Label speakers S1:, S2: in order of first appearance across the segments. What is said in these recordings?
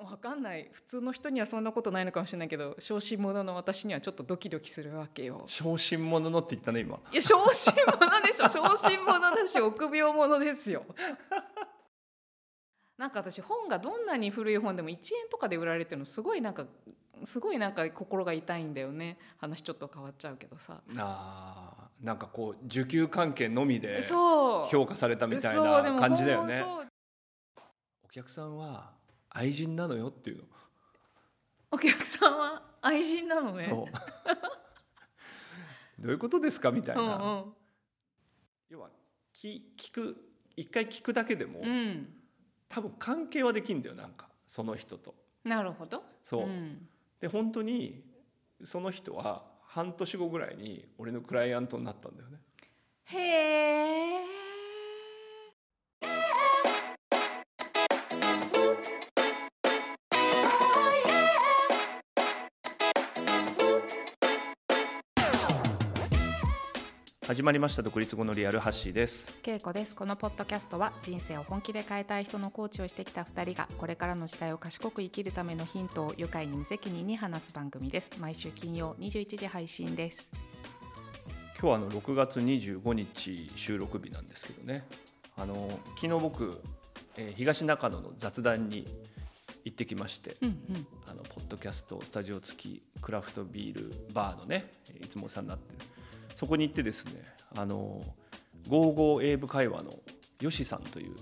S1: わかんない普通の人にはそんなことないのかもしれないけど小心者の私にはちょっとドキドキするわけよ
S2: 小心者のって言ったね今
S1: いや小心者でしょ小心者だし臆病者です よなんか私本がどんなに古い本でも1円とかで売られてるのすごいなんかすごいなんか心が痛いんだよね話ちょっと変わっちゃうけどさ
S2: あーなんかこう受給関係のみで
S1: そう
S2: 評価されたみたい
S1: そうで
S2: な
S1: も
S2: 感じだよね
S1: 本もそう
S2: お客さんは愛人なのよっていうの
S1: お客さんは愛人なのね
S2: そう どういうことですかみたいな、
S1: うん
S2: 要はき聞く一回聞くだけでも、
S1: うんうん
S2: 多分関係はできんだよなんかその人と
S1: なるほど
S2: そう、
S1: ん
S2: で本当にその人は半年後ぐらいに俺のクライアントになったんだよね
S1: へえ。
S2: 始まりました独立後のリアルハッシーです
S3: けいこですこのポッドキャストは人生を本気で変えたい人のコーチをしてきた2人がこれからの時代を賢く生きるためのヒントを愉快に無責任に話す番組です毎週金曜21時配信です
S2: 今日はあの6月25日収録日なんですけどねあの昨日僕、えー東中野の雑談に行ってきまして
S3: うんうん
S2: あのポッドキャストスタジオ付きクラフトビールバーのねいつもお世話になってるそこに行ってですねあの55英語会話のヨシさんという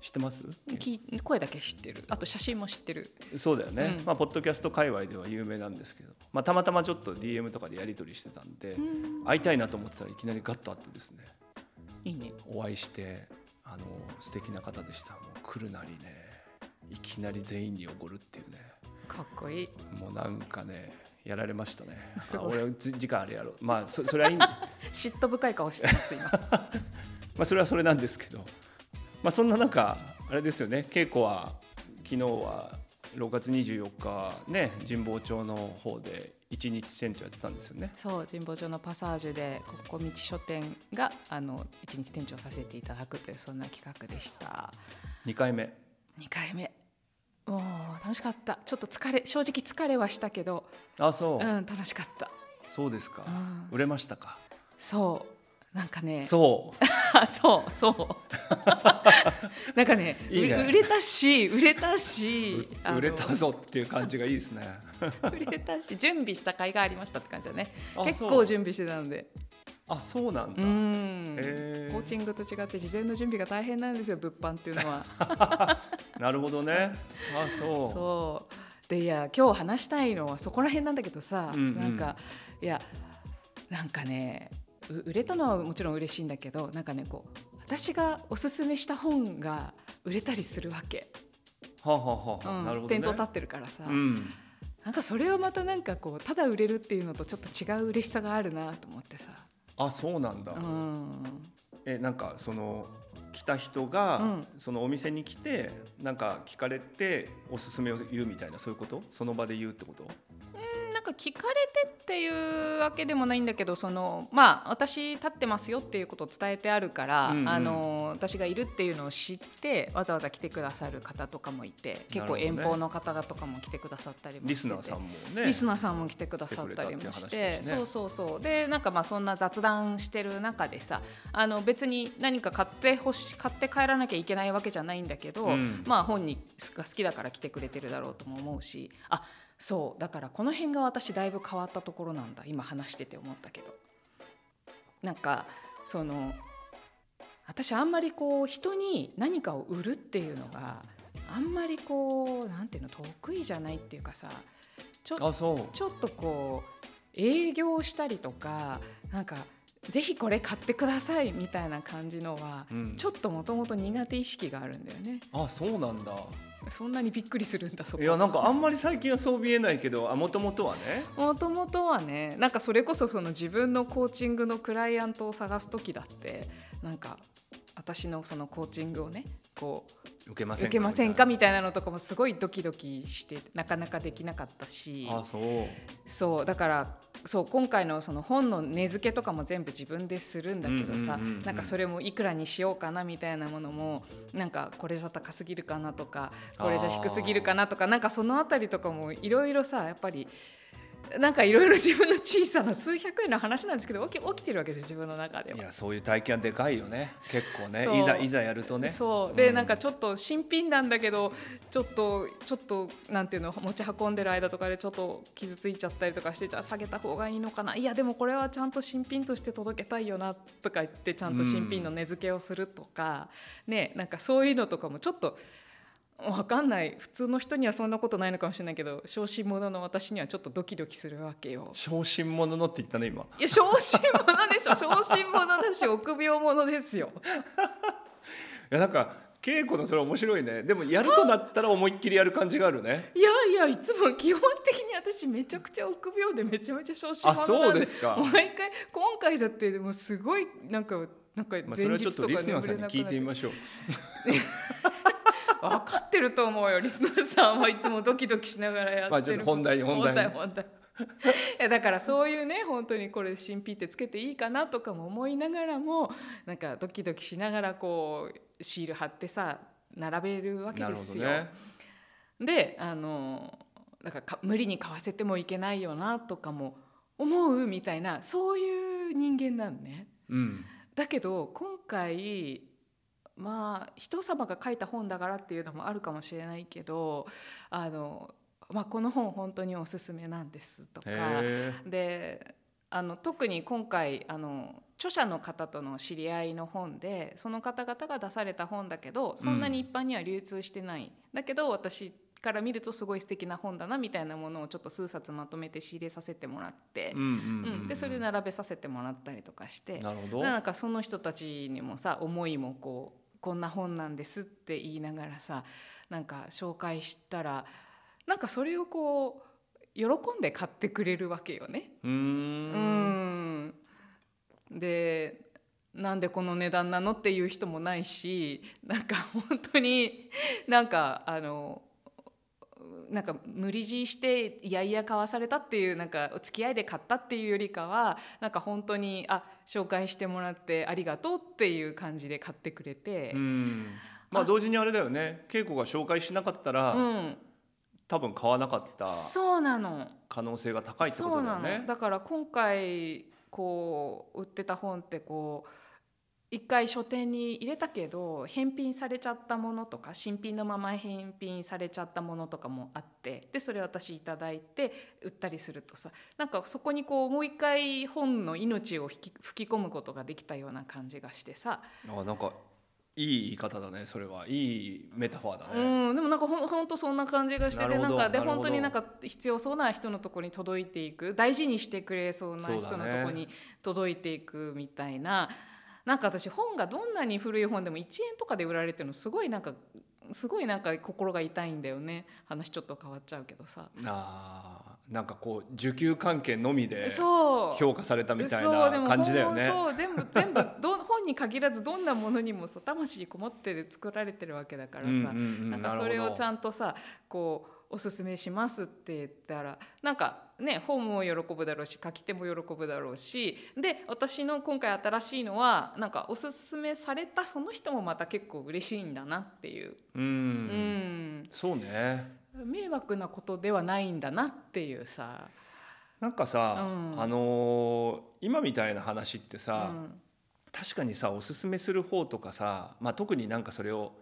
S2: 知ってます
S3: き声だけ知ってるあと写真も知ってる
S2: そうだよね、
S3: うん
S2: まあ、ポッドキャスト界隈では有名なんですけど、まあ、たまたまちょっと DM とかでやり取りしてたんで会いたいなと思ってたらいきなりガッと会ってですね
S3: いいね
S2: お会いしてあの素敵な方でしたもう来るなりねいきなり全員におごるっていうね
S3: かっこいい
S2: もうなんかねやられましたね
S3: す
S2: あ
S3: ごい
S2: 俺じ次回あれやろうまあそそれはいいん ま
S3: 嫉妬深い顔してます今
S2: あそれはそれなんですけど、まあ、そんな中あれですよね稽古は昨日は6月24日ね神保町の方で一日店長やってたんですよね
S3: そう神保町のパサージュでここ道書店があの一日店長させていただくというそんな企画でした
S2: 2回目
S3: 2回目もう楽しかったちょっと疲れ正直疲れはしたけど
S2: あそう、
S3: うん楽しかった、
S2: そうですか、
S3: うん
S2: 売れましたか、
S3: そうなんかね
S2: そう
S3: あ そうそう なんかね
S2: いいね
S3: う売れたし売れたしあ
S2: う
S3: の
S2: 売れたぞっていう感じがいいですね
S3: 売れたし準備した甲斐がありましたって感じだね
S2: あ
S3: 結
S2: そ
S3: 構
S2: う
S3: 準備してたので
S2: あそうなん
S3: う
S2: だ、
S3: ん
S2: へー
S3: コーチングと違って事前の準備が大変なんですよ物販っていうのは
S2: なるほどねあそう
S3: そうでいや今日話したいのはそこら辺なんだけどさ、
S2: うんうん
S3: なんかいやなんかねう売れたのはもちろん嬉しいんだけどなんかねこう私がおすすめした本が売れたりするわけ、
S2: はあ、はあは
S3: う
S2: あはあ
S3: ん
S2: なるほどね
S3: 店頭立ってるからさ、
S2: うん
S3: なんかそれはまたなんかこうただ売れるっていうのとちょっと違う嬉しさがあるなと思ってさ、
S2: あそうなんだ、
S3: うん、
S2: えなんかその来た人が、
S3: うん
S2: そのお店に来てなんか聞かれておすすめを言うみたいなそういうことその場で言うってこと
S3: なんか聞かれてっていうわけでもないんだけどそのまあ私立ってますよっていうことを伝えてあるから、
S2: うんうん
S3: あの私がいるっていうのを知ってわざわざ来てくださる方とかもいて結構
S2: なる
S3: 遠
S2: ほどね
S3: 方の方々とかも来てくださったりもしてて
S2: リスナーさんもね
S3: リスナーさんも来てくださったりも
S2: 来て
S3: し
S2: くれたっていう
S3: て
S2: 話だしね
S3: そうそうそうでなんかまあそんな雑談してる中でさあの別に何か買ってほし買って帰らなきゃいけないわけじゃないんだけど、
S2: うん
S3: まあ本にが好きだから来てくれてるだろうとも思うしあそうだからこの辺が私だいぶ変わったところなんだ今話してて思ったけど。なんかその私あんまりこう人に何かを売るっていうのがあんまりこうなんていうの得意じゃないっていうかさちょ
S2: あそ
S3: ちょっとこう営業したりとかなんかぜひこれ買ってくださいみたいな感じのは、
S2: う、うん、
S3: ちょっともともと苦手意識があるんだよね
S2: あそうなんだ
S3: そんなにびっくりするんだそこ
S2: いやなんかあんまり最近はそう見えないけどあもともとはね
S3: もともとはねなんかそれこそその自分のコーチングのクライアントを探す時だってなんか私のそのコーチングをねこう
S2: 受けませ
S3: 受
S2: んか
S3: けませんかみ
S2: い
S3: たいなのとかもすごいドキドキしてなかなかできなかったし
S2: なあそう
S3: そうだからそう今回のその本の値付けとかも全部自分でするんだけどさ
S2: うんうんうんうん
S3: なんかそれもいくらにしようかなみたいなものもなんかこれじゃ高すぎるかなとかこれじゃ低すぎるかなとかなんかそのあたりとかもいろいろさやっぱりなんかいろいろ自分の小さな数百円の話なんですけど起き起きてるわけですよ自分の中で
S2: い
S3: は。
S2: やそういう体験はでかいよね結構ね
S3: そう
S2: いざいざやるとね
S3: そうで、
S2: うん
S3: なんかちょっと新品なんだけどちょっとちょっとなんていうの持ち運んでる間とかでちょっと傷ついちゃったりとかしてじゃあ下げた方がいいのかないやでもこれはちゃんと新品として届けたいよなとか言ってちゃんと新品の値付けをするとか、ねなんかそういうのとかもちょっと。わかんない普通の人にはそんなことないのかもしれないけど小心者の私にはちょっとドキドキするわけよ。
S2: 小心者のって言ったね今
S3: いや小心者でしょ小心者だし臆病者ですよ。
S2: いやなんか稽古のそれ面白いねでもやるとなったら思いっきりやる感じがあるね
S3: いやいやいつも基本的に私めちゃくちゃ臆病でめちゃめちゃ小心
S2: あ
S3: 者な
S2: そ
S3: ん
S2: う
S3: で
S2: ですすか、
S3: 毎回今回だってもうすごいなんかなんか
S2: まあ、そ
S3: 前
S2: れは
S3: 日
S2: ちょ
S3: と
S2: っ
S3: か
S2: とリスナー
S3: 眠
S2: さ
S3: れ
S2: んに
S3: なく
S2: 聞い
S3: なって
S2: みましょう
S3: 分かってると思うよリスナーさんはいつもドキドキしながらや
S2: まあ
S3: っ
S2: ち
S3: て
S2: ょっ
S3: る
S2: と本題に本題に
S3: 本題 いやだからそういうね本当にこれ新品ってつけていいかなとかも思いながらもなんかドキドキしながらこうシール貼ってさ並べるわけ
S2: なる
S3: で
S2: ほど
S3: すよ。
S2: ね
S3: であのだからか無理に買わせてもいけないよなとかも思うみたいなそういう人間なんね。
S2: うん
S3: だけど今回まあ人様が書いた本だからっていうのもあるかもしれないけどあの、まあ、この本本当におすすめなんですとか。
S2: へ
S3: であの特に今回あの著者の方との知り合いの本でその方々が出された本だけどそんなに一般には流通してない、だけど私から見るとすごい素敵な本だなみたいなものをちょっと数冊まとめて仕入れさせてもらって
S2: え、うんうんうん
S3: うんでそれで並べさせてもらったりとかして
S2: なるほど
S3: なんかその人たちにもさ思いもこうこんな本なんですって言いながらさなんか紹介したらなんかそれをこう喜んで買ってくれるわけよね。
S2: うーん
S3: うんでなんでこの値段なのっていう人もないしなんか本当になんかあのなんか無理強いしていやいや買わされたっていうなんかお付き合いで買ったっていうよりかはなんか本当にあ紹介してもらってありがとうっていう感じで買ってくれて
S2: う、んまあ
S3: あ
S2: 同時にあれだよね稽古が紹介しなかったら、
S3: うん、
S2: 多分買わなかった
S3: そうなの。
S2: 可能性が高いってこと
S3: そ
S2: だよ
S3: うな
S2: ね
S3: のだから今回こう売ってた本ってこう一回書店に入れたけど返品されちゃったものとか新品のまま返品されちゃったものとかもあってでそれ私いただいて売ったりするとさなんかそこにこうもう一回本の命を引き吹き込むことができたような感じがしてさ、
S2: あなんかいい言い方だねそれはいいメタファーだね、
S3: うん、でもなんかほんほんとそんな感じがして
S2: なる
S3: て
S2: ほ
S3: な
S2: ど
S3: んかで
S2: なるほど
S3: 本当になんか必要そうな人のところに届いていく大事にしてくれそうな人の
S2: そう
S3: と
S2: だね
S3: ころに届いていくみたいな、なんか私本がどんなに古い本でも1円とかで売られてるのすごいなんかすごいなんか心が痛いんだよね話ちょっと変わっちゃうけどさ。
S2: あーなんかこう受給関係のみで
S3: そう
S2: 評価されたみたい
S3: そうでも
S2: な感じだよね
S3: 本もそう全部全部ど本に限らずどんなものにもさ魂こもってる作られてるわけだからさ、
S2: うんうんうん
S3: なんかそれをちゃ
S2: ん
S3: んとさこうおすすめしますって言ったらなんかね本も喜ぶだろうし書き手も喜ぶだろうしで私の今回新しいのはなんかおすすめされたその人もまた結構嬉しいんだなっていう、
S2: うん、
S3: うん、
S2: そうね
S3: 迷惑なことではないんだなっていうさ。
S2: なんかさ、
S3: うん
S2: あのー今みたいな話ってさ、
S3: うん
S2: 確かにさおすすめする方とかさ、まあ、特になんかそれを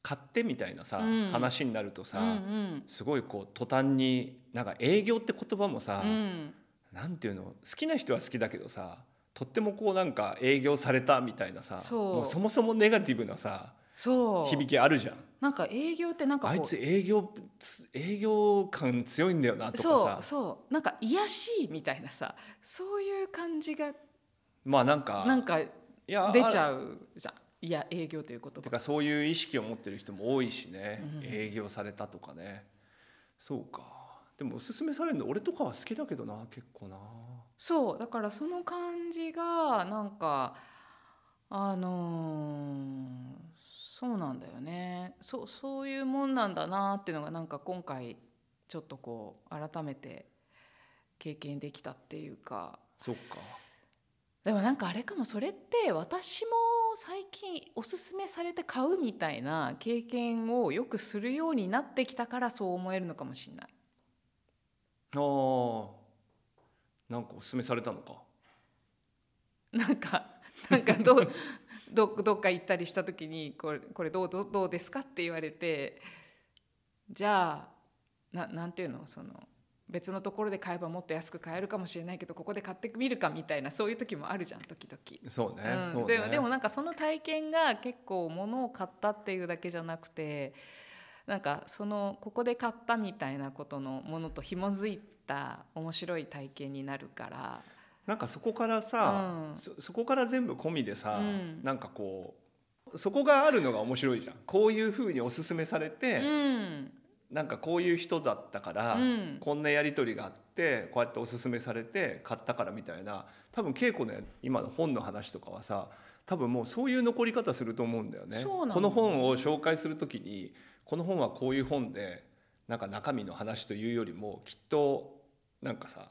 S2: 買ってみたいなさ、
S3: うん
S2: 話になるとさ、
S3: うんうん
S2: すごいこう途端になんか営業って言葉もさ、
S3: うん
S2: なんていうの好きな人は好きだけどさとってもこうなんか営業されたみたいなさ
S3: そう
S2: もうそもそもネガティブなさ
S3: そう
S2: 響きあるじゃん
S3: なんか営業ってなんかこ
S2: あ
S3: う
S2: いつ営業つ営業感強いんだよなと
S3: そ
S2: かさ
S3: うそうなんか癒やしいみたいなさそういう感じが
S2: まあなんか
S3: なんか
S2: いや
S3: 出ち
S2: う
S3: ゃうじゃんいや営業という言
S2: て
S3: 葉
S2: かそういう意識を持ってる人も多いしね、
S3: うん
S2: 営業されたとかねそうかでもおすすめされるの俺とかは好きだけどな結構な
S3: そうだからその感じがなんかあのーそうなんだよねそうそういうもんなんだなっていうのがなんか今回ちょっとこう改めて経験できたっていうか
S2: そっか
S3: でもなんかあれかもそれって私も最近おすすめされて買うみたいな経験をよくするようになってきたからそう思えるのかもしれない。
S2: あーなんかおすすめされたのか
S3: なんかなんかどう どどっか行ったりした時にこれこれどうどうどうですかって言われてじゃあななんていうのその別のところで買えばもっと安く買えるかもしれないけどここで買ってみるかみたいなそういう時もあるじゃん時々。
S2: そうね,、
S3: うん
S2: そうね
S3: でもでもなんかその体験が結構物を買ったっていうだけじゃなくてなんかそのここで買ったみたいなことのものと紐づいた面白い体験になるから
S2: なんかそこからさ、
S3: うん
S2: そそこから全部込みでさ、
S3: うん
S2: なんかこうそこがあるのが面白いじゃんこういうふうにおすすめされて、
S3: うん
S2: なんかこういう人だったから、
S3: うん
S2: こんなやり取りがあってこうやっておすすめされて買ったからみたいな多分稽古の今の本の話とかはさ多分もうそういう残り方すると思うんだよね。
S3: そうなの
S2: この本を紹介するときにこの本はこういう本でなんか中身の話というよりもきっとなんかさ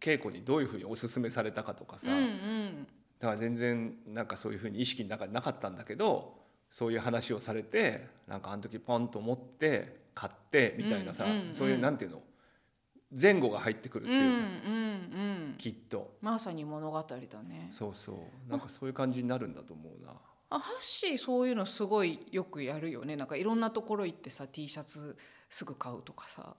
S2: 稽古にどういうふうにおすすめされたかとかさ、
S3: うんうん
S2: だから全然なんかそういうふうに意識の中になかったんだけどそういう話をされてなんかあの時ポンと思って買ってみたいなさ、
S3: うんうんうん
S2: そういうなんていうの前後が入ってくるっていうかさ、
S3: うんうんうん
S2: きっと
S3: まさに物語だね
S2: そうそうなんかそういう感じになるんだと思うな。
S3: あハッシーそういうのすごいよくやるよねなんかいろんなところ行ってさ T シャツすぐ買うとかさ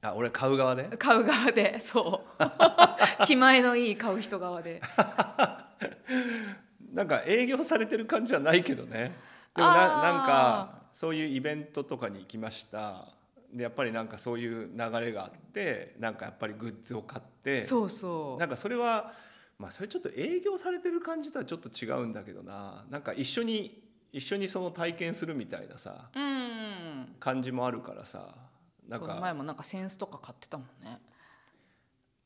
S2: あ俺買う側ね
S3: 買う側でそう 気前のいい買う人側で
S2: なんか営業されてる感じはないけどねでもな
S3: あー
S2: なんかそういうイベントとかに行きましたでやっぱりなんかそういう流れがあってなんかやっぱりグッズを買って
S3: そうそう
S2: なんかそれはまあそれちょっと営業されてる感じとはちょっと違うんだけどななんか一緒に一緒にその体験するみたいなさ
S3: うん
S2: 感じもあるからさなん
S3: この前
S2: か
S3: もなんかセンスとか買ってたもんね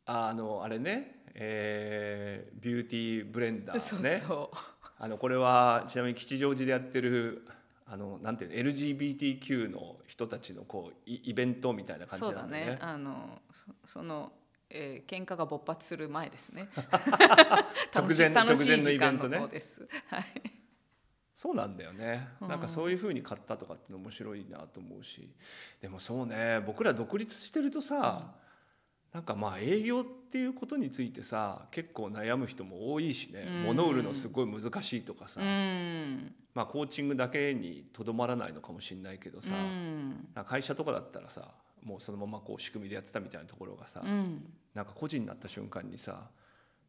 S2: ああのあれねえービューティーブレンダーね
S3: そうそう
S2: あのこれはちなみに吉祥寺でやってるあのなんていうの LGBTQ の人たちのこうイイベントみたいな感じ
S3: そう
S2: な
S3: だ
S2: んでね
S3: ねあのそその、えー喧嘩が勃発する前です ね楽しい
S2: 直前の
S3: 楽しい
S2: 直前の
S3: 時
S2: イベ
S3: 間
S2: ン
S3: の
S2: トね
S3: 方です、はい
S2: そうなんだよね、
S3: うん
S2: なんかそういうふうに買ったとかっての面白いなと思うしでもそうね僕ら独立してるとさ、なんかまあ営業っていうことについてさ結構悩む人も多いしね、
S3: うん
S2: 物売るのすごい難しいとかさ、
S3: うん
S2: まあ、コーチングだけにとどまらないのかもしれないけどさ、
S3: うん
S2: なんか会社とかだったらさもうそのままこう仕組みでやってたみたいなところがさ、
S3: うん
S2: なんか個人になった瞬間にさ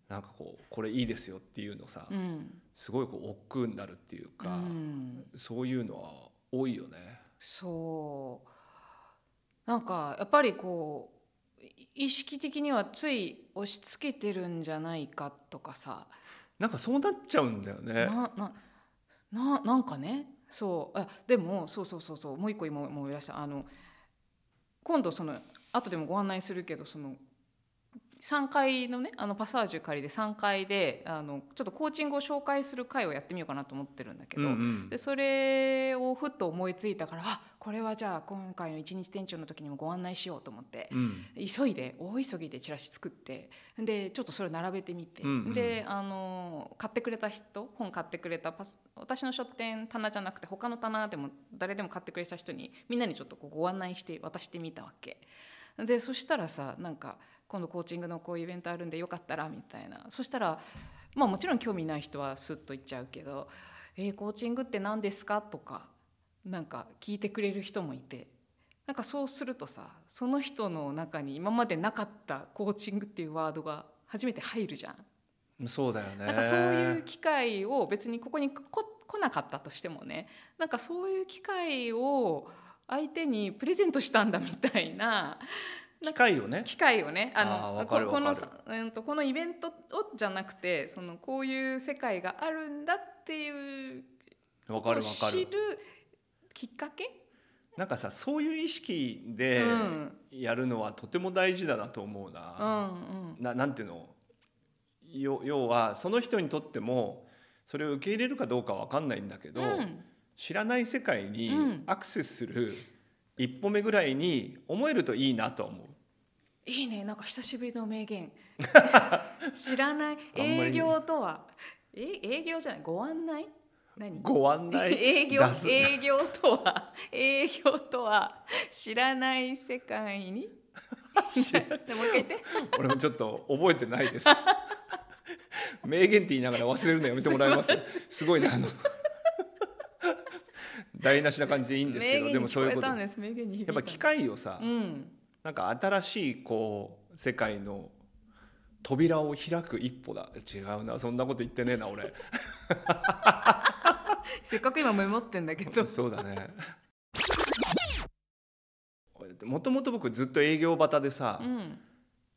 S2: なんかこうこれいいですよっていうのさ、
S3: うん
S2: すごいこう億劫になるっていうか。
S3: うん
S2: そういうのは多いよね。
S3: そうなんかやっぱりこうい意識的にはつい押し付けてるんじゃないかとかさ
S2: なんかそうなっちゃうんだよね。
S3: ななななんかねそうあでもそうそうそうそうもう一個今思い出したあの今度その後でもご案内するけどその3階のねあのパサージュ借りて3階であのちょっとコーチングを紹介する会をやってみようかなと思ってるんだけ
S2: う
S3: ど、
S2: んうん
S3: でそれをふっと思いついたからあこれはじゃあ今回の一日店長の時にもご案内しようと思って
S2: うん
S3: 急いで大急ぎでチラシ作ってでちょっとそれを並べてみて、
S2: うんうん
S3: であの買ってくれた人本買ってくれたパス私の書店棚じゃなくて他の棚でも誰でも買ってくれた人にみんなにちょっとこうご案内して渡してみたわけでそしたらさなんか今度コーチングのこうイベントあるんでよかったらみたいなそしたらまあもちろん興味ない人はスッと行っちゃうけど「えーコーチングって何ですか?」とかなんか聞いてくれる人もいてなんかそうするとさその人の中に今までなかったコーチングっていうワードが初めて入るじゃん。
S2: そうだよね。
S3: なんかそういう機会を別にここにこ来なかったとしてもねなんかそういう機会を相手にプレゼントしたんだみたいな
S2: 機会をね。
S3: 機会をねあ
S2: あー
S3: の
S2: わか
S3: こ
S2: る
S3: この
S2: わかる
S3: さうんとこのイベントをじゃなくてそのこういう世界があるんだっていう
S2: わ
S3: こと
S2: かる
S3: を
S2: わか
S3: 知
S2: る
S3: る。きっかけ
S2: なんかさそういう意識で
S3: うん
S2: やるのはとても大事だなと思う
S3: うん
S2: な。ななんていうの。よ要はその人にとってもそれを受け入れるかどうかわかんないんだけど、
S3: うんうん
S2: 知らない世界に
S3: うん
S2: アクセスする一歩目ぐらいに思えるといいなとは思う。
S3: いいねなんか久しぶりの名 言知らない
S2: あんまり
S3: 営業とはえ営業じゃないご案内何
S2: ご案内
S3: 営業
S2: 出す
S3: 営業とは営業とは知らない世界に
S2: 知らない
S3: でもう一回言って
S2: 俺もちょっと覚えてないです名言って言いながら忘れるのやめてもらえますすごいねあの台無しな感じでいいんですけ
S3: 名
S2: ど
S3: 言
S2: で
S3: に
S2: もそ
S3: 聞
S2: うい
S3: こえ
S2: うこと
S3: た
S2: や
S3: んです名言に響いた
S2: っぱ機械をさ、
S3: うん
S2: なんか新しいこう世界の扉を開く一歩だ違うなそんなこと言ってねえな俺
S3: せっかく今メモってんだけど
S2: そうだね もともと僕ずっと営業バタでさ、
S3: うん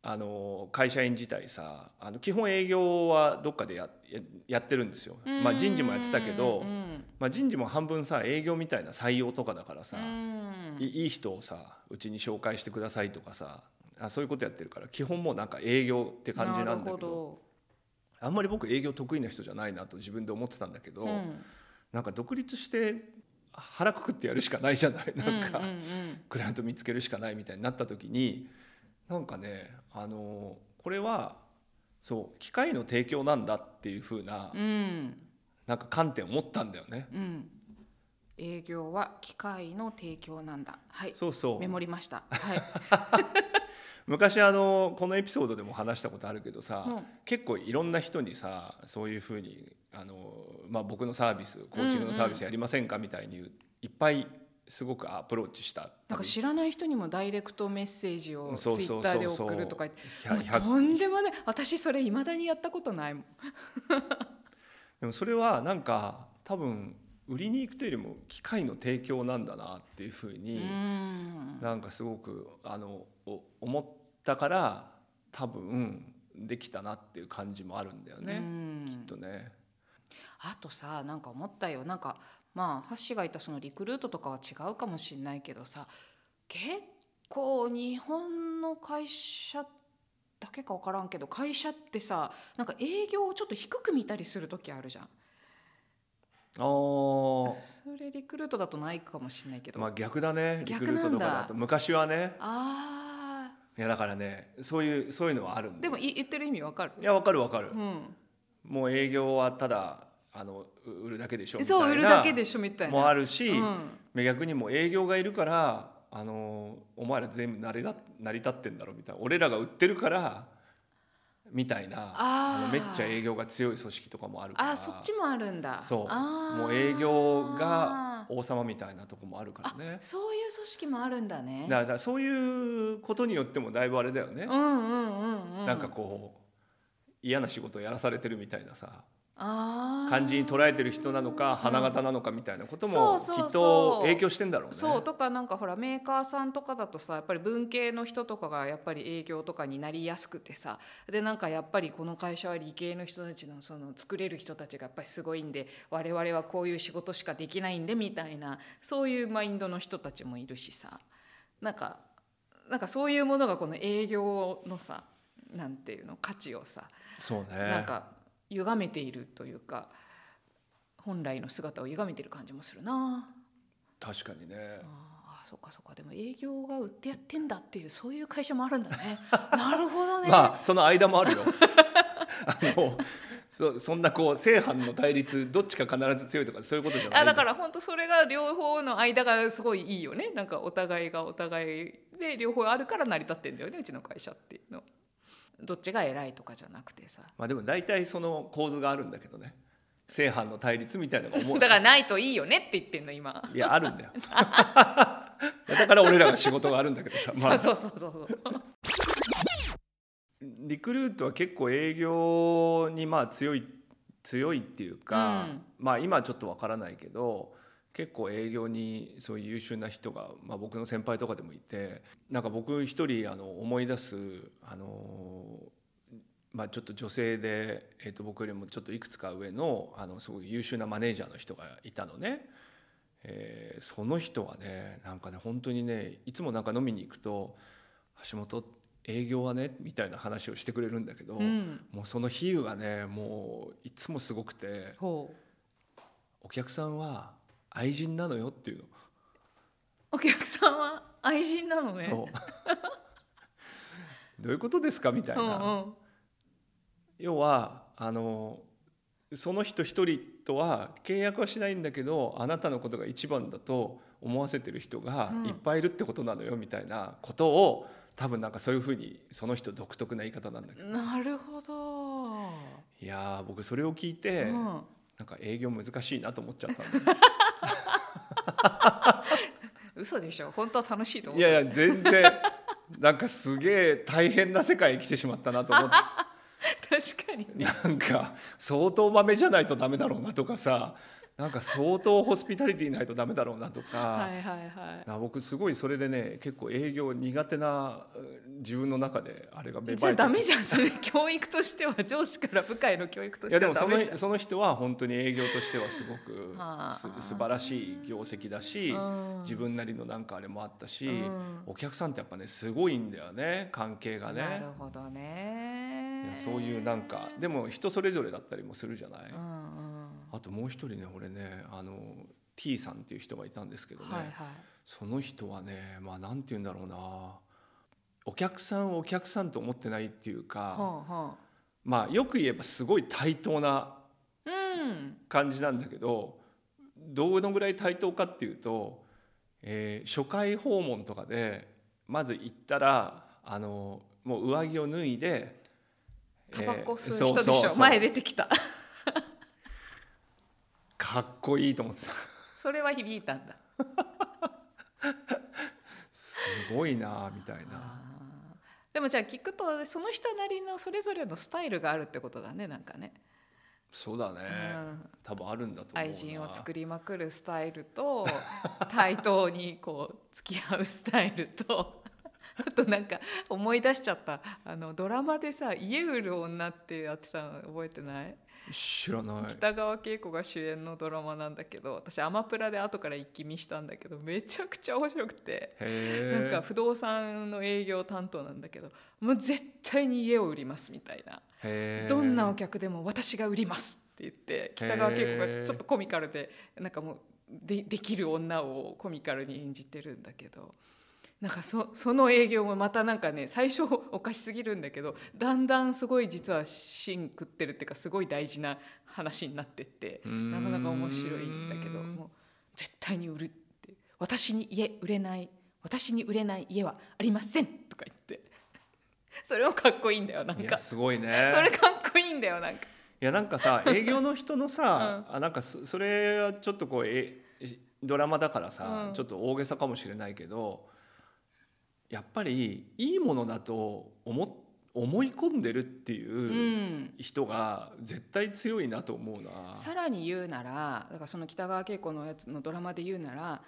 S2: あの会社員自体さあの基本営業はどっかでやややってるんですよ、まあ、人事もやってたけど、
S3: うん
S2: まあ、人事も半分さ営業みたいな採用とかだからさ、
S3: うん
S2: いいい人をさうちに紹介してくださいとかさあそういうことやってるから基本もうなんか営業って感じなんだ
S3: るほ
S2: けど
S3: ど
S2: あんまり僕営業得意な人じゃないなと自分で思ってたんだけど、
S3: うん
S2: なんか独立して腹くくってやるしかないじゃないなんか、
S3: うんうん
S2: クライアント見つけるしかないみたいになった時になんかねあのこれはそう機械の提供なんだっていう風な
S3: うんうん
S2: なんか観点を持ったんだよね。
S3: うん営業は機械の提供なんだはい
S2: そうそう
S3: メモりましたはい、
S2: 昔あのこのエピソードでも話したことあるけどさ、
S3: うん
S2: 結構いろんな人にさそういうふうにあの、まあ、僕のサービスコーチングのサービスやりませんかみたいにいっぱいすごくアプローチした
S3: なんか知らない人にもダイレクトメッセージをツイッターで送るとか言って
S2: ひゃ
S3: もう
S2: ひゃ
S3: とんでもない私それいまだにやったことないもん
S2: でもそれはなんか多分売りに行くというよりも機械の提供なんだなっていうふう
S3: う
S2: に、
S3: ん
S2: なんかすごくあのお思ったから多分できたなっていう感じもあるんだよ
S3: う
S2: ね、
S3: ん
S2: きっとね。
S3: あとさなんか思ったよなんかまあハッシーがいたそのリクルートとかは違うかもしれないけどさ結構日本の会社だけか分からんけど会社ってさなんか営業をちょっと低く見たりする時あるじゃん
S2: あー
S3: それリクルートだとないかもしれないけど、
S2: まあ逆だねリク
S3: 逆
S2: ルートとか
S3: なん
S2: だ
S3: だ
S2: と昔はね
S3: あ
S2: いやだからねそういうそういうのはある
S3: ー
S2: んで
S3: でもい言ってる意味わかる
S2: いやわかるわかる、
S3: うん
S2: もう営業はただあのう売るだけでしょみたいな
S3: そう売るだけでしょみたいな
S2: もあるし、
S3: うん
S2: 逆にもう営業がいるからあのお前ら全部成り立成り立ってんだろみたいな俺らが売ってるからみたいな
S3: あー
S2: のめっちゃ営業が強い組織とかもあるから
S3: あーそっちもあるんだ
S2: そう
S3: あー
S2: もう営業が王様みたいなとこもあるからね
S3: そういう組織もあるんだね
S2: だからだからそういうことによってもだいぶあれだよね、
S3: うんうんうんうん
S2: なんかこう嫌な仕事をやらされてるみたいなさ
S3: あー
S2: 感じに捉えてる人なのか花形なのかみたいなこともき
S3: そうそうそう
S2: っと影響してんだろうね。
S3: そうとかなんかほらメーカーさんとかだとさやっぱり文系の人とかがやっぱり営業とかになりやすくてさでなんかやっぱりこの会社は理系の人たちのその作れる人たちがやっぱりすごいんで我々はこういう仕事しかできないんでみたいなそういうマインドの人たちもいるしさなんかなんかそういうものがこの営業のさなんていうの価値をさ
S2: そうね
S3: なんか歪めているというか本来の姿を歪めてる感じもするな。
S2: 確かにね
S3: ああそっかそっかでも営業が売ってやってんだっていうそういう会社もあるんだ ねなるほどね、
S2: まあその間もあるよあのそそんなこう正反の対立どっちか必ず強いとかそういうことじゃない
S3: あだから本当それが両方の間がすごいいいよねなんかお互いがお互いで両方あるから成り立ってんだよねうちの会社っていうのどっちが偉いとかじゃなくてさ
S2: まあでも大体その構図があるんだけどね正反の対立みたいなのが思 う
S3: だからないといいよねって言ってんの今、
S2: いやあるんだよ だから俺らが仕事があるんだけどさ、まあ、
S3: そうそうそうそうそう
S2: リクルートは結構営業にまあ強い強いっていうか、
S3: うん
S2: まあ今はちょっとわからないけど結構営業にそういう優秀な人が、まあ、僕の先輩とかでもいてなんか僕一人あの思い出すあのまあ、ちょっと女性で、えー、と僕よりもちょっといくつか上のあのすごい優秀なマネージャーの人がいたのね、えーその人はねなんかね本当にねいつもなんか飲みに行くと「橋本営業はね」みたいな話をしてくれるんだけど、
S3: うん
S2: もうその比喩がねもういつもすごくて
S3: ほう
S2: 「お客さんは愛人なのよ」っていうの。
S3: お客さんは愛人なのね
S2: そう どういうことですかみたいな、
S3: うん
S2: 要はあのその人一人とは契約はしないんだけどあなたのことが一番だと思わせてる人が
S3: うん
S2: いっぱいいるってことなのよみたいなことを、多分なんかそういうふうにその人独特な言い方なんだけ
S3: う
S2: ど
S3: ん、なるほど、
S2: いやー僕それを聞いて、
S3: うん、
S2: なんか営業難しいなと思っちゃったんだ
S3: 嘘でしょ本当は楽しいと思
S2: いうやいや全然なんかすげえ大変な世界に来てしまったなと 思って
S3: 確かに
S2: なんか相当豆じゃないとダメだろうなとかさなんか相当ホスピタリティないとダメだろうなとか。
S3: はいはいはい
S2: あ僕すごいそれでね結構営業苦手なうん自分の中であれが芽生えて
S3: じゃあダメじゃんそれ教育としては上司から部下への教育と
S2: い
S3: し
S2: や
S3: ては
S2: でも
S3: ダ
S2: そ
S3: メじゃ
S2: の
S3: ん
S2: その人は本当に営業としてはすごく
S3: はあ
S2: す素晴らしい業績だし、
S3: うん
S2: 自分なりのなんかあれもあったし、
S3: うん
S2: お客さんってやっぱねすごいんだよね関係が
S3: な
S2: ね
S3: る。ほど
S2: い
S3: ね
S2: やそういうなんかでも人それぞれだったりもするじゃない。
S3: うんうん
S2: あともう一人ね俺ねあの T さんっていう人がいたんですけどね、
S3: はいはい
S2: その人はねまあなんて言うんだろうなお客さんをお客さんと思ってないっていうか、
S3: ほうほ
S2: まあよく言えばすごい対等な
S3: ううん
S2: 感じなんだけどどのぐらい対等かっていうと、えー初回訪問とかでまず行ったらあのもう上着を脱いで
S3: タバコ吸
S2: えー
S3: う
S2: そ
S3: 人でしょ、
S2: そうそう
S3: 前出てきた
S2: かっこいいと思ってた
S3: それは響いたんだ
S2: すごいなみたいな。
S3: あーでもじゃあ聞くとその人なりのそれぞれのスタイルがあるってことだねなんかね、
S2: そうだね、
S3: うん、
S2: 多分あるんだと思うな
S3: 愛人を作りまくるスタイル と対等にこう付き合うスタイルと あとなんか思い出しちゃったあのドラマでさ「家売る女」ってやってたの覚えてない
S2: 知らない
S3: 北川景子が主演のドラマなんだけど私アマプラで後から一気見したんだけどめちゃくちゃ面白くて。な
S2: へ
S3: ん
S2: え
S3: か不動産の営業担当なんだけどもう絶対に家を売りますみたいな
S2: へー
S3: どんなお客でも私が売りますって言って北川景子がちょっとコミカルでなんかもうでできる女をコミカルに演じてるんだけどなんかそその営業もまたなんかね最初おかしすぎるんだけどだんだんすごい実は芯食ってるっていうかすごい大事な話になってって
S2: うーん
S3: なかなか面白いんだけどもう絶対に売るって私に家売れない私に売れない家はありませんとか言ってそれもかっこいいんだよなん
S2: い
S3: か
S2: やすごいね
S3: それかっこいいんだよなんか
S2: いやなんか さ営業の人のさ、あなんかそそれはちょっとこうえドラマだからさ、
S3: うん
S2: ちょっと大げさかもしれないけどやっぱりいいものだと思思い込んでるって
S3: う
S2: いうん人が絶対強いなと思うな。
S3: さらに言うならだからその北川景子のやつのドラマで言うなら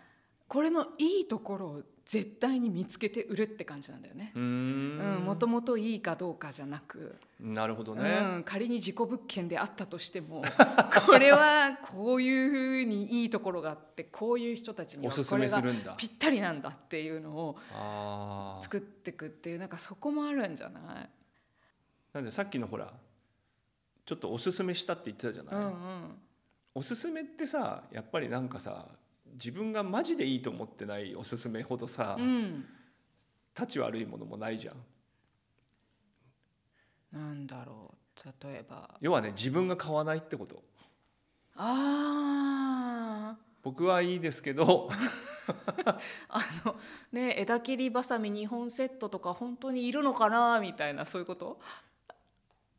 S3: これのいいところを絶対に見つけて売るって感じなんだよね
S2: うーん
S3: もともといいかどうかじゃなく、
S2: なるほどね。
S3: うん、仮に事故物件であったとしてもこれはこういうふうにいいところがあってこういう人たちに
S2: お
S3: は
S2: すす
S3: これ
S2: めす
S3: が
S2: るんだ。
S3: ぴったりなんだっていうのを
S2: あー
S3: 作っていくっていうなんかそこもあるんじゃない、
S2: なんでさっきのほらちょっとおすすめしたって言ってたじゃない。
S3: うんうん
S2: おすすめってさやっぱりなんかさ自分がマジでいいと思ってないおすすめほどさ、
S3: うん、
S2: たち悪いものもないじゃん
S3: なんだろう例えば
S2: 要はね自分が買わないってこと
S3: あー
S2: 僕はいいですけど
S3: あの ね枝切りばさみ2本セットとか本当にいるのかなみたいなそういう こと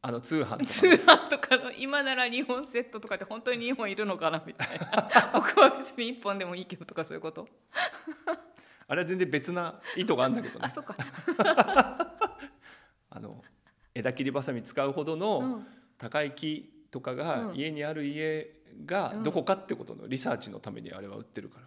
S2: あの通販と
S3: 通
S2: かね
S3: 販とかの今なら2本セットとかって本当に2本いるのかなみたいな 僕は別に1本でもいいけどとかそういうこと
S2: あれは全然別な意図があるんだけど
S3: あ
S2: ね
S3: そっか、
S2: あの枝切りばさみ使うほど
S3: う
S2: の
S3: ん
S2: 高い木とかが
S3: うん
S2: 家にある家が
S3: うん
S2: どこかってことのリサーチのためにあれは売ってるか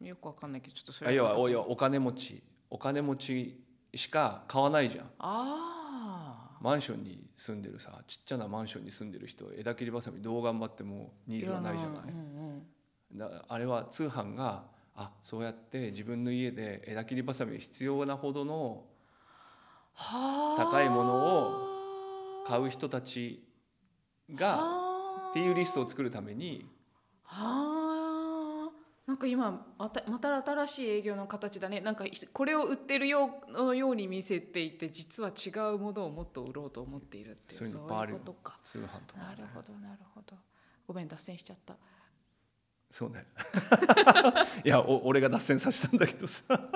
S2: ら、
S3: よくわかんないけどちょっとそ
S2: あ
S3: れ
S2: 要はお要はお金持ちお金持ちしか買わないじゃん
S3: あ
S2: マンションに住んでるさちっちゃなマンションに住んでる人枝切りばさみどう頑張っても
S3: ー
S2: ニーズはないじゃな
S3: ら
S2: い
S3: うんうん
S2: だあれは通販があそうやって自分の家で枝切りばさみ必要なほどの高
S3: 高
S2: いもの買う人たちがっていうリストを作るために
S3: はあなんか今またまた新しい営業の形だねなんかひこれを売ってるようのように見せていて実は違うものをもっと売ろうと思っているっていう
S2: そういうのいっぱい
S3: そ
S2: あ
S3: うい
S2: る
S3: う
S2: よ
S3: ことか
S2: 通販とか、ね、
S3: なるほどなるほどごめん脱線しちゃった
S2: そうね いやお俺が脱線させたんだけどさ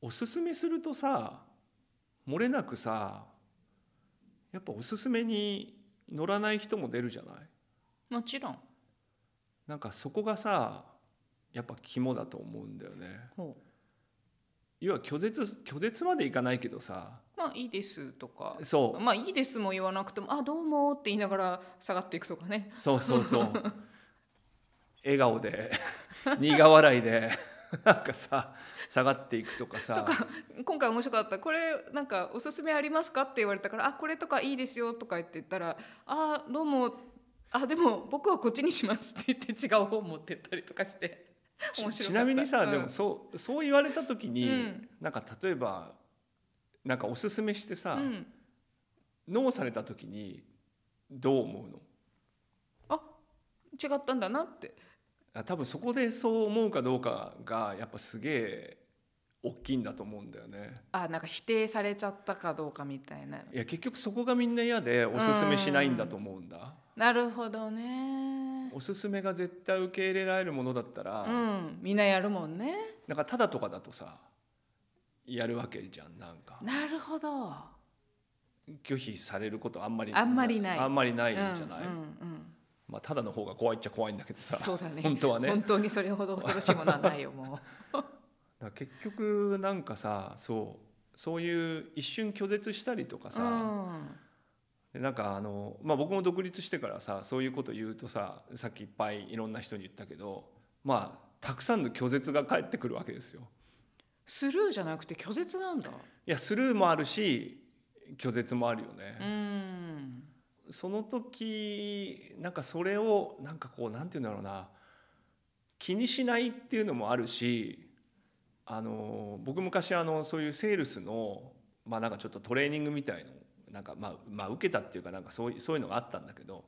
S2: おすすめするとさ漏れなくさやっぱおすすめに乗らない人も出るじゃない
S3: もちろん
S2: なんかそこがさやっぱ肝だと思うんだよね
S3: ほ
S2: 要は拒絶拒絶までいかないけどさ
S3: うまあいいですとか
S2: そう
S3: まあいいですも言わなくてもあどうもって言いながら下がっていくとかね
S2: そうそうそう笑顔で苦笑いでなんかさ下がっていくとかさ
S3: 今回面白かったこれなんかおすすめありますかって言われたからあこれとかいいですよとか言って言ったらあどうもあでも僕はこっちにしますって言って違う方持ってったりとかして
S2: ち
S3: 面白かった
S2: ちなみにさ、
S3: うん
S2: でもそうそう言われた時に、
S3: うん
S2: なんか例えばなんかおすすめして
S3: う
S2: さ、
S3: ん
S2: ノーされた時にどう思うの
S3: あ違ったんだなって
S2: あ多分そこでそう思うかどうかがやっぱすげえ大きいんだと思うんだよね。
S3: あなんか否定されちゃったかどうかみたいない
S2: や結局そこがみんな嫌でおすすめしないんだと思うんだ。
S3: なるほどね
S2: おすすめが絶対受け入れられるものだったら、
S3: うんみんなやるもんね
S2: なんかただとかだとさやるわけじゃんなんか
S3: なるほど
S2: 拒否されることあんまり
S3: あんまりない
S2: あんまりないんじゃない、
S3: うんうん
S2: まあ、ただの方が怖いっちゃ怖いんだけど
S3: う
S2: さ
S3: ん、そうだね
S2: 本当はねだ
S3: 本
S2: か
S3: 当にそれほど恐ろしいものはないよもう
S2: ら結局なんかさそうそういう一瞬拒絶したりと かさ、
S3: うん
S2: でなんかあの、まあ、僕も独立してからさそういうこと言うとささっきいっぱいいろんな人に言ったけどまあたくさんの拒絶が返ってくるわけですよ。
S3: スルーじゃなくて拒絶なんだ。
S2: いやスルーもあるし拒絶もあるよね。
S3: うん。
S2: その時なんかそれをなんかこうなんて言うんだろうな気にしないっていうのもあるしあの僕昔あのそういうセールスのまあなんかちょっとトレーニングみたいのなんかまあまあ受けたっていうかなんかそういうそういうのがあったんだけど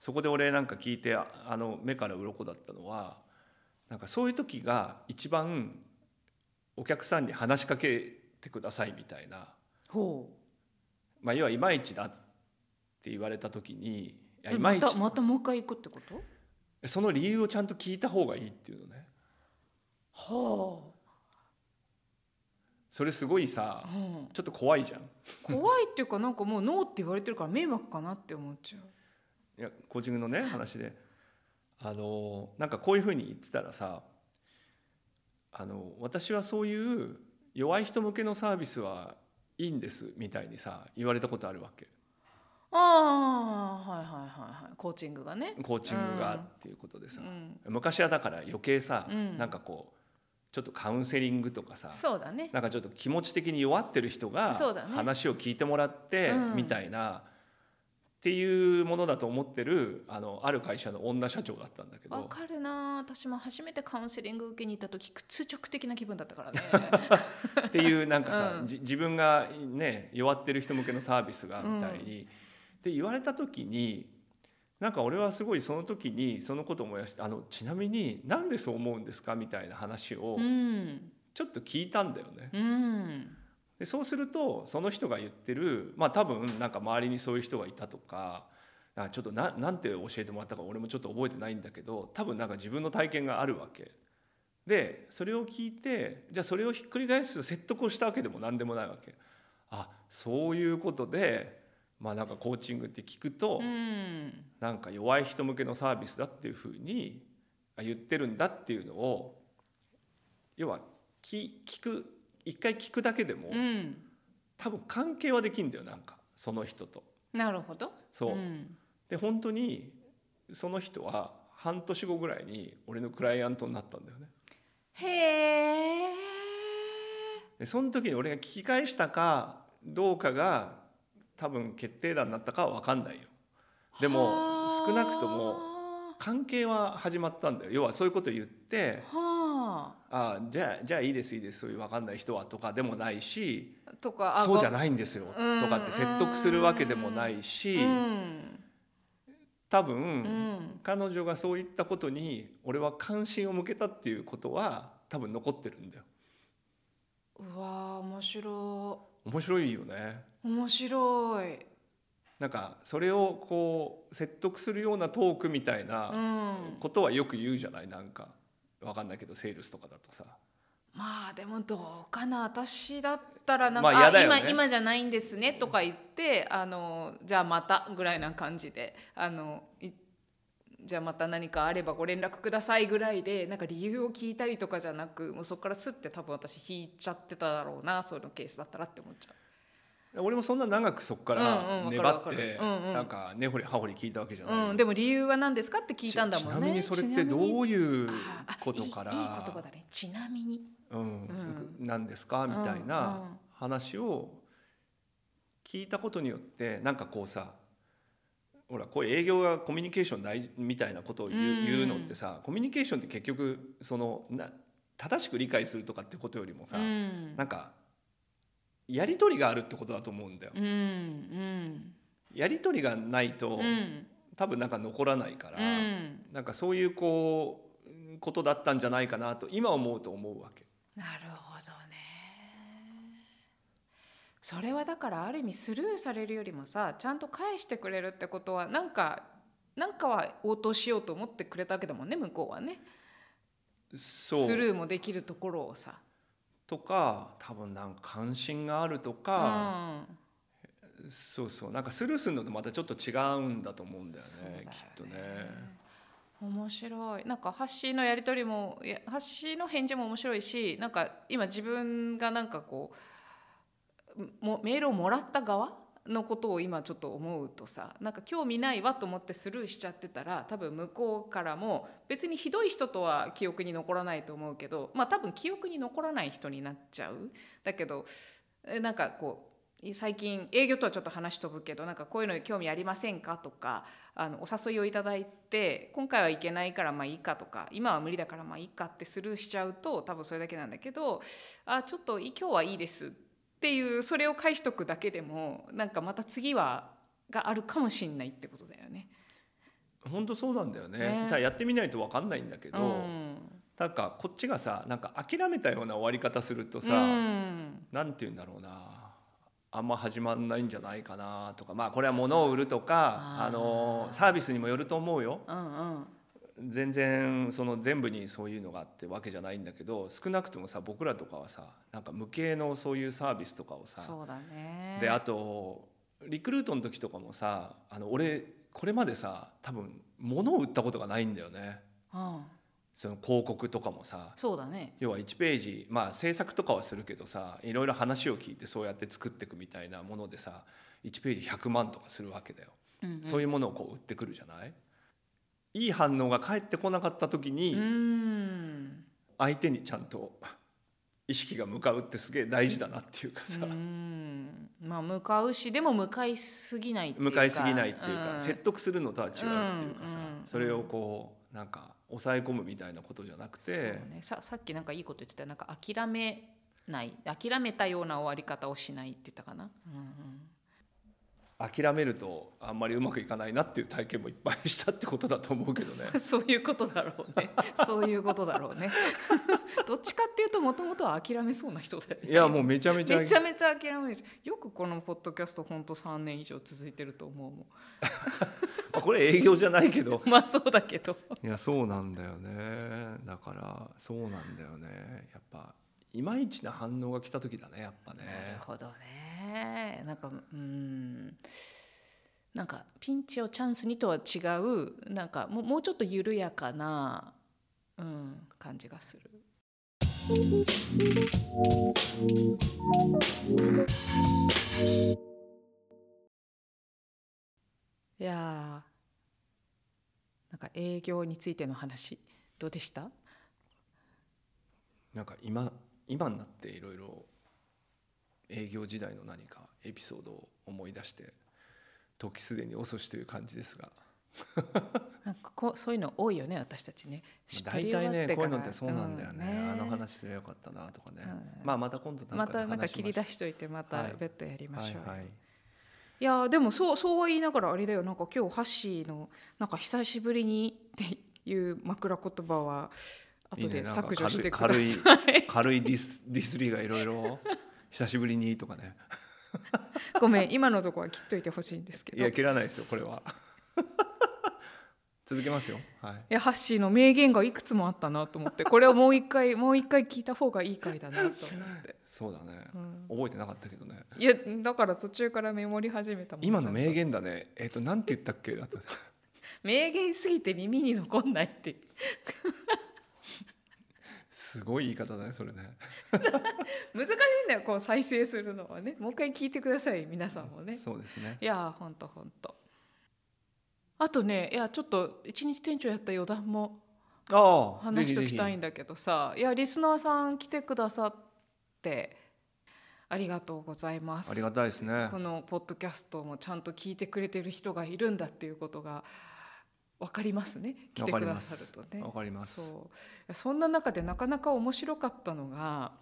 S2: そこで俺なんか聞いてああの目から鱗だったのはなんかそういう時が一番お客さんに話しかけてくださいみたいな。
S3: ほ。
S2: まあ、要はいまいちだって言われた時にいうや
S3: え
S2: いま
S3: ま
S2: い
S3: た
S2: ち
S3: またもう一回行くってこと？
S2: その理由をちゃんと聞いた方がいいっていうのね
S3: は
S2: それすごい
S3: あ
S2: さ
S3: うん。
S2: ちょっと怖いじゃん
S3: 怖いっていうかなんかもうノーって言われてるから迷惑かなって思っちゃう。
S2: いやコーチングのね話であのなんかこういうふうに言ってたらさあの私はそういう弱い人向けのサービスはいいんですみたいにさ言われたことあるわけ
S3: ああはいはいはいはい。コーチングがね。
S2: コーチングがっていうことで
S3: う
S2: さ、
S3: ん。
S2: 昔はだから余計さ、
S3: うん
S2: なんかこうちょっとカウンセリングとかさ
S3: そうだね。
S2: なんかちょっと気持ち的に弱ってる人が
S3: そうだね
S2: 話を聞いてもらって
S3: うん
S2: みたいなっていうものだと思ってるあのある会社の女社長だったんだけ
S3: わ
S2: ど
S3: かるな私も初めてカウンセリング受けに行った時屈辱的な気分だった からね
S2: っていうなんかさ
S3: うん
S2: じ自分がね弱ってる人向けのサービスが
S3: うん
S2: みたいに。で言われた時になんか俺はすごいその時にそのことを思い出してあのちなみになんでそう思うんですかみたいな話を
S3: うん
S2: ちょっと聞いたんだよね。
S3: うん
S2: でそうするとその人が言ってるまあ多分なんか周りにそういう人がいたとかなんかちょっとななんて教えてもらったか俺もちょっと覚えてないんだけど多分なんか自分の体験があるわけでそれを聞いてじゃあそれをひっくり返す説得をしたわけでも何でもないわけあそういうことでまあなんかコーチングって聞くと、
S3: うん
S2: なんか弱い人向けのサービスだっていうふうにあ言ってるんだっていうのを要は聞聞く一回聞くだけでも、
S3: うん
S2: 多分関係はできんだよなんかその人と。
S3: なるほど
S2: そう、
S3: うん
S2: で本当にその人は半年後ぐらいに俺のクライアントになったんだよね。
S3: へえ。
S2: でその時に俺が聞き返したかどうかが多分決定打になったかは分かんないよ。でも
S3: はあ
S2: 少なくとも関係は始まったんだよ要はそういうこと言って
S3: は
S2: ああじゃあじゃあいいですいいですそういう分かんない人はとかでもないし
S3: あ。とか
S2: そうじゃ
S3: な
S2: ないんですよ
S3: うん
S2: とかって説得するわけでもないし、
S3: うん。
S2: 多
S3: う
S2: 分、
S3: ん
S2: 彼女がそういったことに俺は関心を向けたっていうことは多分残ってるんだよ
S3: うわー面白
S2: 面白いよね
S3: い面白い
S2: なんかそれをこう説得するようなトークみたいうなんことはよく言うじゃないなんかわかんないけどセールスとかだとさ
S3: まあでもどうかな私だったらなんか、
S2: まあ嫌だよね
S3: あ今今じゃないんですねとか言ってあのじゃあまたぐらいな感じであのいじゃあまた何かあればご連絡くださいぐらいでなんか理由を聞いたりとかじゃなくもうそこからスッて多分私引いちゃってただろうなそのケースだったらって思っちゃ
S2: 俺もそんな長くそこか
S3: うんう
S2: ら
S3: ん
S2: 粘
S3: わ
S2: っ
S3: かるわかる
S2: て
S3: うんうん
S2: なんか根掘り葉掘り聞いたわけじゃない
S3: うん、でも理由は何ですかって聞いたんだもんね
S2: ちなみにそれってどういうことから
S3: ああいいいい言葉だねちなみに
S2: うんなんですかみたい
S3: うんうん
S2: な話を聞いたことによってなんかこうさほらこう営業がコミュニケーション大事みたいなことを言う,、
S3: うん
S2: 言うのってさコミュニケーションって結局そのな正しく理解するとかってことよりもさ、
S3: うん
S2: なんかやり取りがあるってことだと思うんだよ。
S3: うんうん
S2: やり取りがないと、
S3: うん
S2: 多分なんか残らないから、
S3: うん
S2: なんかそういうこうことだったんじゃないかなと今思うと思うわけ。
S3: なるほどねそれはだからある意味スルーされるよりもさちゃんと返してくれるってことはなんかなんかは応答しようと思ってくれたわけだもんね向こうはね
S2: そう
S3: スルーもできるところをさ
S2: とか多分なんか関心があると
S3: う
S2: か、
S3: ん
S2: そうそうなんかスルーするのとまたちょっと違うんだと思うんだよね
S3: そうだよね
S2: きっとね。
S3: 面白いなんかハッシーのやり取りもいやハッシーの返事も面白いしなんか今自分がなんかこうもメールをもらった側のことを今ちょっと思うとさなんか興味ないわと思ってスルーしちゃってたら多分向こうからも別にひどい人とは記憶に残らないと思うけどまあ多分記憶に残らない人になっちゃう。だけどえなんかこう最近営業とはちょっと話飛ぶけどなんかこういうのに興味ありませんかとかあのお誘いをいただいて今回はいけないからまあいいかとか今は無理だからまあいいかってスルーしちゃうと多分それだけなんだけどあちょっとい今日はいいですっていうそれを返しとくだけでもなんかまた次はがあるかもしんないってことだよね。
S2: 本当そうなんだよね
S3: ね
S2: ただやってみないと分かんないんだけど、
S3: うん
S2: なんかこっちがさなんか諦めたような終わり方するとさ、
S3: うん
S2: なんて言うんだろうなあんま始まんないんじゃないかなとかまあこれは物を売るとか
S3: あー
S2: あのサービスにもよると思うよ
S3: うんうん
S2: 全然その全部にそういうのがあってわけじゃないんだけど少なくともさ僕らとかはさなんか無形のそういうサービスとかをさ
S3: そうだね。
S2: であとリクルートの時とかもさあの俺これまでさ多分物を売ったことがないんだよね
S3: うん、
S2: その広告とかもさ
S3: そうだね。
S2: 要は1ページまあ制作とかはするけどさいろいろ話を聞いてそうやって作っていくみたいなものでさ1ページ100万とかするわけだよ、
S3: うんうん、
S2: そういうものをこう売ってくるじゃないいい反応が返ってこなかった時に、
S3: うん
S2: 相手にちゃんと意識が向かうってすげえ大事だなっていうかさ、
S3: うんまあ向かうしでも向かいすぎないっていうか
S2: 向かいすぎないっていうか、
S3: ん
S2: 説得するのとは違うっていうかさ、
S3: うんうん
S2: それをこうなんか抑え込むみたいなことじゃなく
S3: そう
S2: て、
S3: ね、ささっきなんかいいこと言ってたよなんか諦めない諦めたような終わり方をしないって言ったかな、うんうん、
S2: 諦めるとあんまりうまくいかないなっていう体験もいっぱいしたってことだと思うけど ね
S3: そういうことだろう ねそういうことだろうね どっちかっていうともともとは諦めそうな人だよね
S2: いやもうめちゃめちゃ
S3: めちゃめちゃ諦めるしよくこのポッドキャストほんと3年以上続いてると思うも
S2: まあこれ営業じゃない けど
S3: んまあそうだけど
S2: いやそうなんだよねだからそうなんだよねやっぱいまいちな反応が来た時だねやっぱ
S3: なる
S2: ね
S3: ほどね。なんかうん。なんかピンチをチャンスにとは違うなんかもうもうちょっと緩やかな、うん、感じがする。いやーなんか営業についての話どうでした
S2: なんか今今になっていろいろ営業時代の何かエピソードを思い出して時すでに遅しという感じですが
S3: なんかこうそういうの多いよね私たちね。
S2: まあ大体ね
S3: 知り終
S2: こう
S3: わってか
S2: いうの
S3: ら
S2: ってそうなんだよね,、
S3: うん
S2: あの話すればよかったなとかね、
S3: うん
S2: まあまた今度
S3: またなんか
S2: 話し
S3: 切り
S2: しょ
S3: 出しといてまた
S2: はい
S3: 別途やり
S2: う
S3: ましょうよ、
S2: はいはい
S3: いやーでもそうそうは言いながらあれだよなんか今日ハッシーのなんか久しぶりにっていう枕言葉は後
S2: いいね
S3: で
S2: なんか
S3: 削除してくださ
S2: 軽
S3: い
S2: い軽いディスディスリがいろいろ久しぶりにと かね
S3: ごめん今のとこは切っといてほしいんですけ
S2: い
S3: ど
S2: や
S3: い
S2: 切らないですよこれは 続けますよはい
S3: やハッシーの名言がいくつもあったなと思ってこれをもう一回もう一回聞いた方がいい回だなと思って、
S2: そうだね
S3: うん
S2: 覚えてなかったけどね
S3: いやだから途中からメモり始めたもん
S2: 今の名
S3: ちゃんと
S2: 言だねえっ、となんて言ったっけだと
S3: 名言すぎて耳に残んないって
S2: すごい言い方だねそれね
S3: 難しいんだよこう再生するのはねもう一回聞いてください皆さんもね
S2: そうですね
S3: いやーほんとほんとあとねいやちょっと一日店長やった余談も
S2: ああ
S3: 話しときたいん
S2: だ
S3: だけどさいやリスナーさん来てくださってありがとうございます
S2: ありがたいですね
S3: このポッドキャストもちゃんと聞いてくれてる人がいるんだっていうことが分かりますね来てくださるとね
S2: わかります
S3: そういやそんな中でなかなか面白かったのが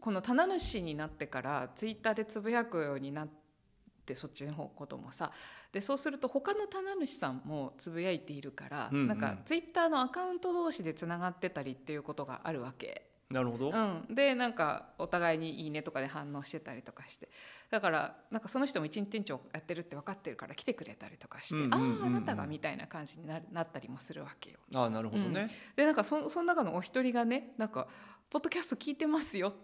S3: この棚主になってからツイッターでつぶやくようになってそっちの方こともさでそうすると他の棚主さんもつぶやいているから、
S2: うんうん
S3: なんかツイッターのアカウント同士でつながってたりっていうことがあるわけ。
S2: なるほど、
S3: うん、でなんかお互いに「いいね」とかで反応してたりとかしてだからなんかその人も一日店長やってるって分かってるから来てくれたりとかして「
S2: うんうんうんうん
S3: あああなたが」みたいな感じになるなったりもするわけよ。
S2: ああなるほどね、
S3: でなんかそその中のお一人がねなんか「ポッドキャスト聞いてますよ」って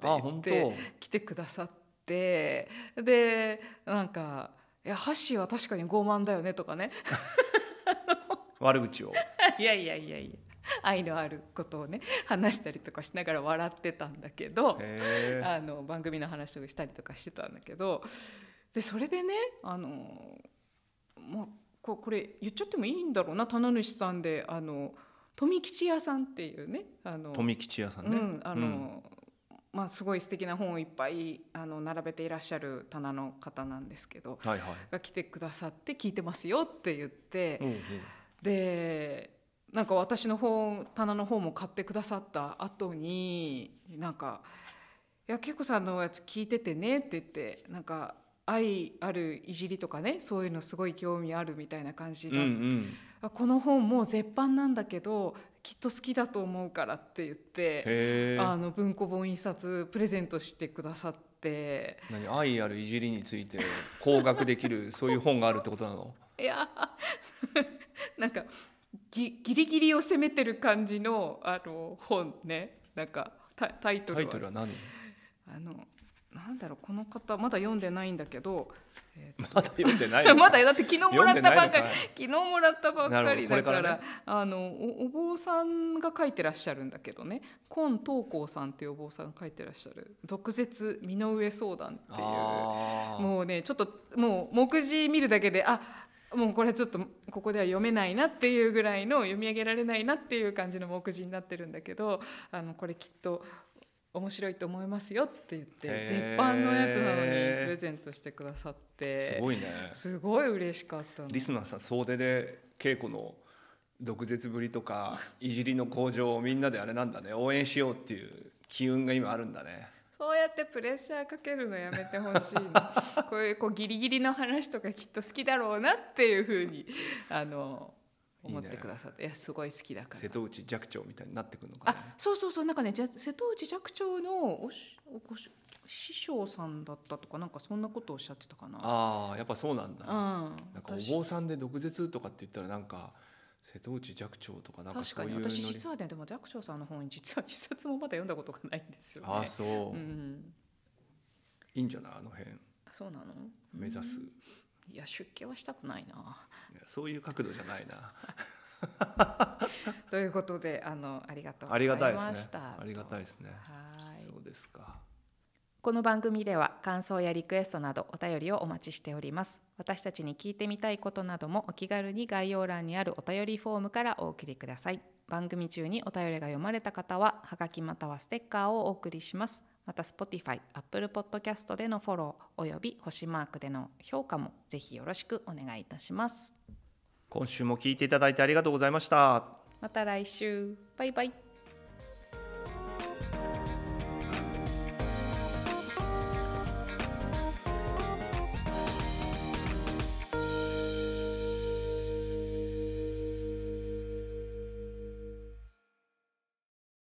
S2: あ
S3: 言
S2: あ
S3: っ
S2: 本当
S3: て来てくださってでなんか「いやハッシーは確かに傲慢だよね」とかね
S2: 悪口を
S3: いやいやいやいや愛のあることをね話したりとかしながら笑ってたんだけど。
S2: へえ
S3: あの番組の話をしたりとかしてたんだけどでそれでねあの、まあ、ここれ言っちゃってもいいんだろうな棚主さんであの富吉屋さんっていうねあの
S2: 富吉屋さんね、
S3: うんあの
S2: うん
S3: まあ、すごい素敵な本をいっぱいあの並べていらっしゃる棚の方なんですけど
S2: はいはい
S3: が来てくださって聞いてますよって言って。
S2: うんうん
S3: でなんか私の本棚の本も買ってくださった後になんか「いや恵子さんのやつ聞いててね」って言ってなんか愛あるいじりとかねそういうのすごい興味あるみたいな感じ
S2: う
S3: で、
S2: んうん
S3: あこの本もう絶版なんだけどきっと好きだと思うからって言って
S2: へ
S3: あ
S2: え
S3: の文庫本印刷プレゼントしてくださって。
S2: 何愛あるいじりについて高額できる そういう本があるってことなの
S3: いや ーなんかぎギリギリを攻めてる感じのあの本ねなんかタタイトル
S2: タ
S3: は
S2: イトルは何
S3: あのなんだろうこの方まだ読んでないんだけど、え
S2: まだ読んでない
S3: ー
S2: の
S3: まだだって昨日もらったばっかり
S2: 読んでないのかい
S3: 昨日もらったばっかりだか
S2: なるほどこれかららね
S3: あのおお坊さんが書いてらっしゃるんだけどね今東光さんっていうお坊さんが書いてらっしゃる「毒舌身の上相談」っていう。
S2: あー
S3: もうねちょっともう目次見るだけであもうこれちょっとここでは読めないなっていうぐらいの読み上げられないなっていう感じの目次になってるんだけどあのこれきっと面白いと思いますよって言って
S2: へー
S3: 絶版のやつなのにプレゼントしてくださって
S2: すごいね
S3: すごい嬉しかったの
S2: リスナーさん総出で稽古の毒舌ぶり とかいじりの向上をみんなであれなんだね応援しようっていう機運が今あるんだね
S3: そうやってプレッシャーかけるのやめてほしい のこういうこうギリギリの話とかきっと好きだろうなっていうふうにあの
S2: いいね
S3: 思ってくださっていやすごい好きだから
S2: 瀬戸内寂聴みたいになってくるのか
S3: あ
S2: ね
S3: そうそうそうなんかねじゃ瀬戸内寂聴のおしおごし師匠さんだったとかなんかそんなことをおっしゃってたかな。
S2: ああやっぱそうなんだ、
S3: うん、
S2: なんかお
S3: 私
S2: 坊さんで毒舌とかって言ったらなんか瀬戸内寂聴とかなんか
S3: 確
S2: そ
S3: か
S2: う
S3: に
S2: いうの
S3: 私実はねでも寂聴さんの本実は一冊もまだ読んだことがないんですよね。
S2: ああそう、
S3: うん、
S2: いいんじゃないあの辺
S3: そうなの
S2: 目指す、
S3: うんいや出家はしたくないな。
S2: いやそういう角度じゃないな
S3: ということであのありがとうござ
S2: あり
S3: い
S2: がたいで
S3: ますし
S2: ね
S3: た。
S2: ありがたいですね
S3: はい
S2: そうですか
S3: この番組では感想やリクエストなどお便りをお待ちしております私たちに聞いてみたいことなどもお気軽に概要欄にあるお便りフォームからお送りください番組中にお便りが読まれた方はハガキまたはステッカーをお送りしますまた Spotify、Apple Podcast でのフォローおよび星マークでの評価もぜひよろしくお願いいたします
S2: 今週も聞いていただいてありがとうございました
S3: また来週バイバイ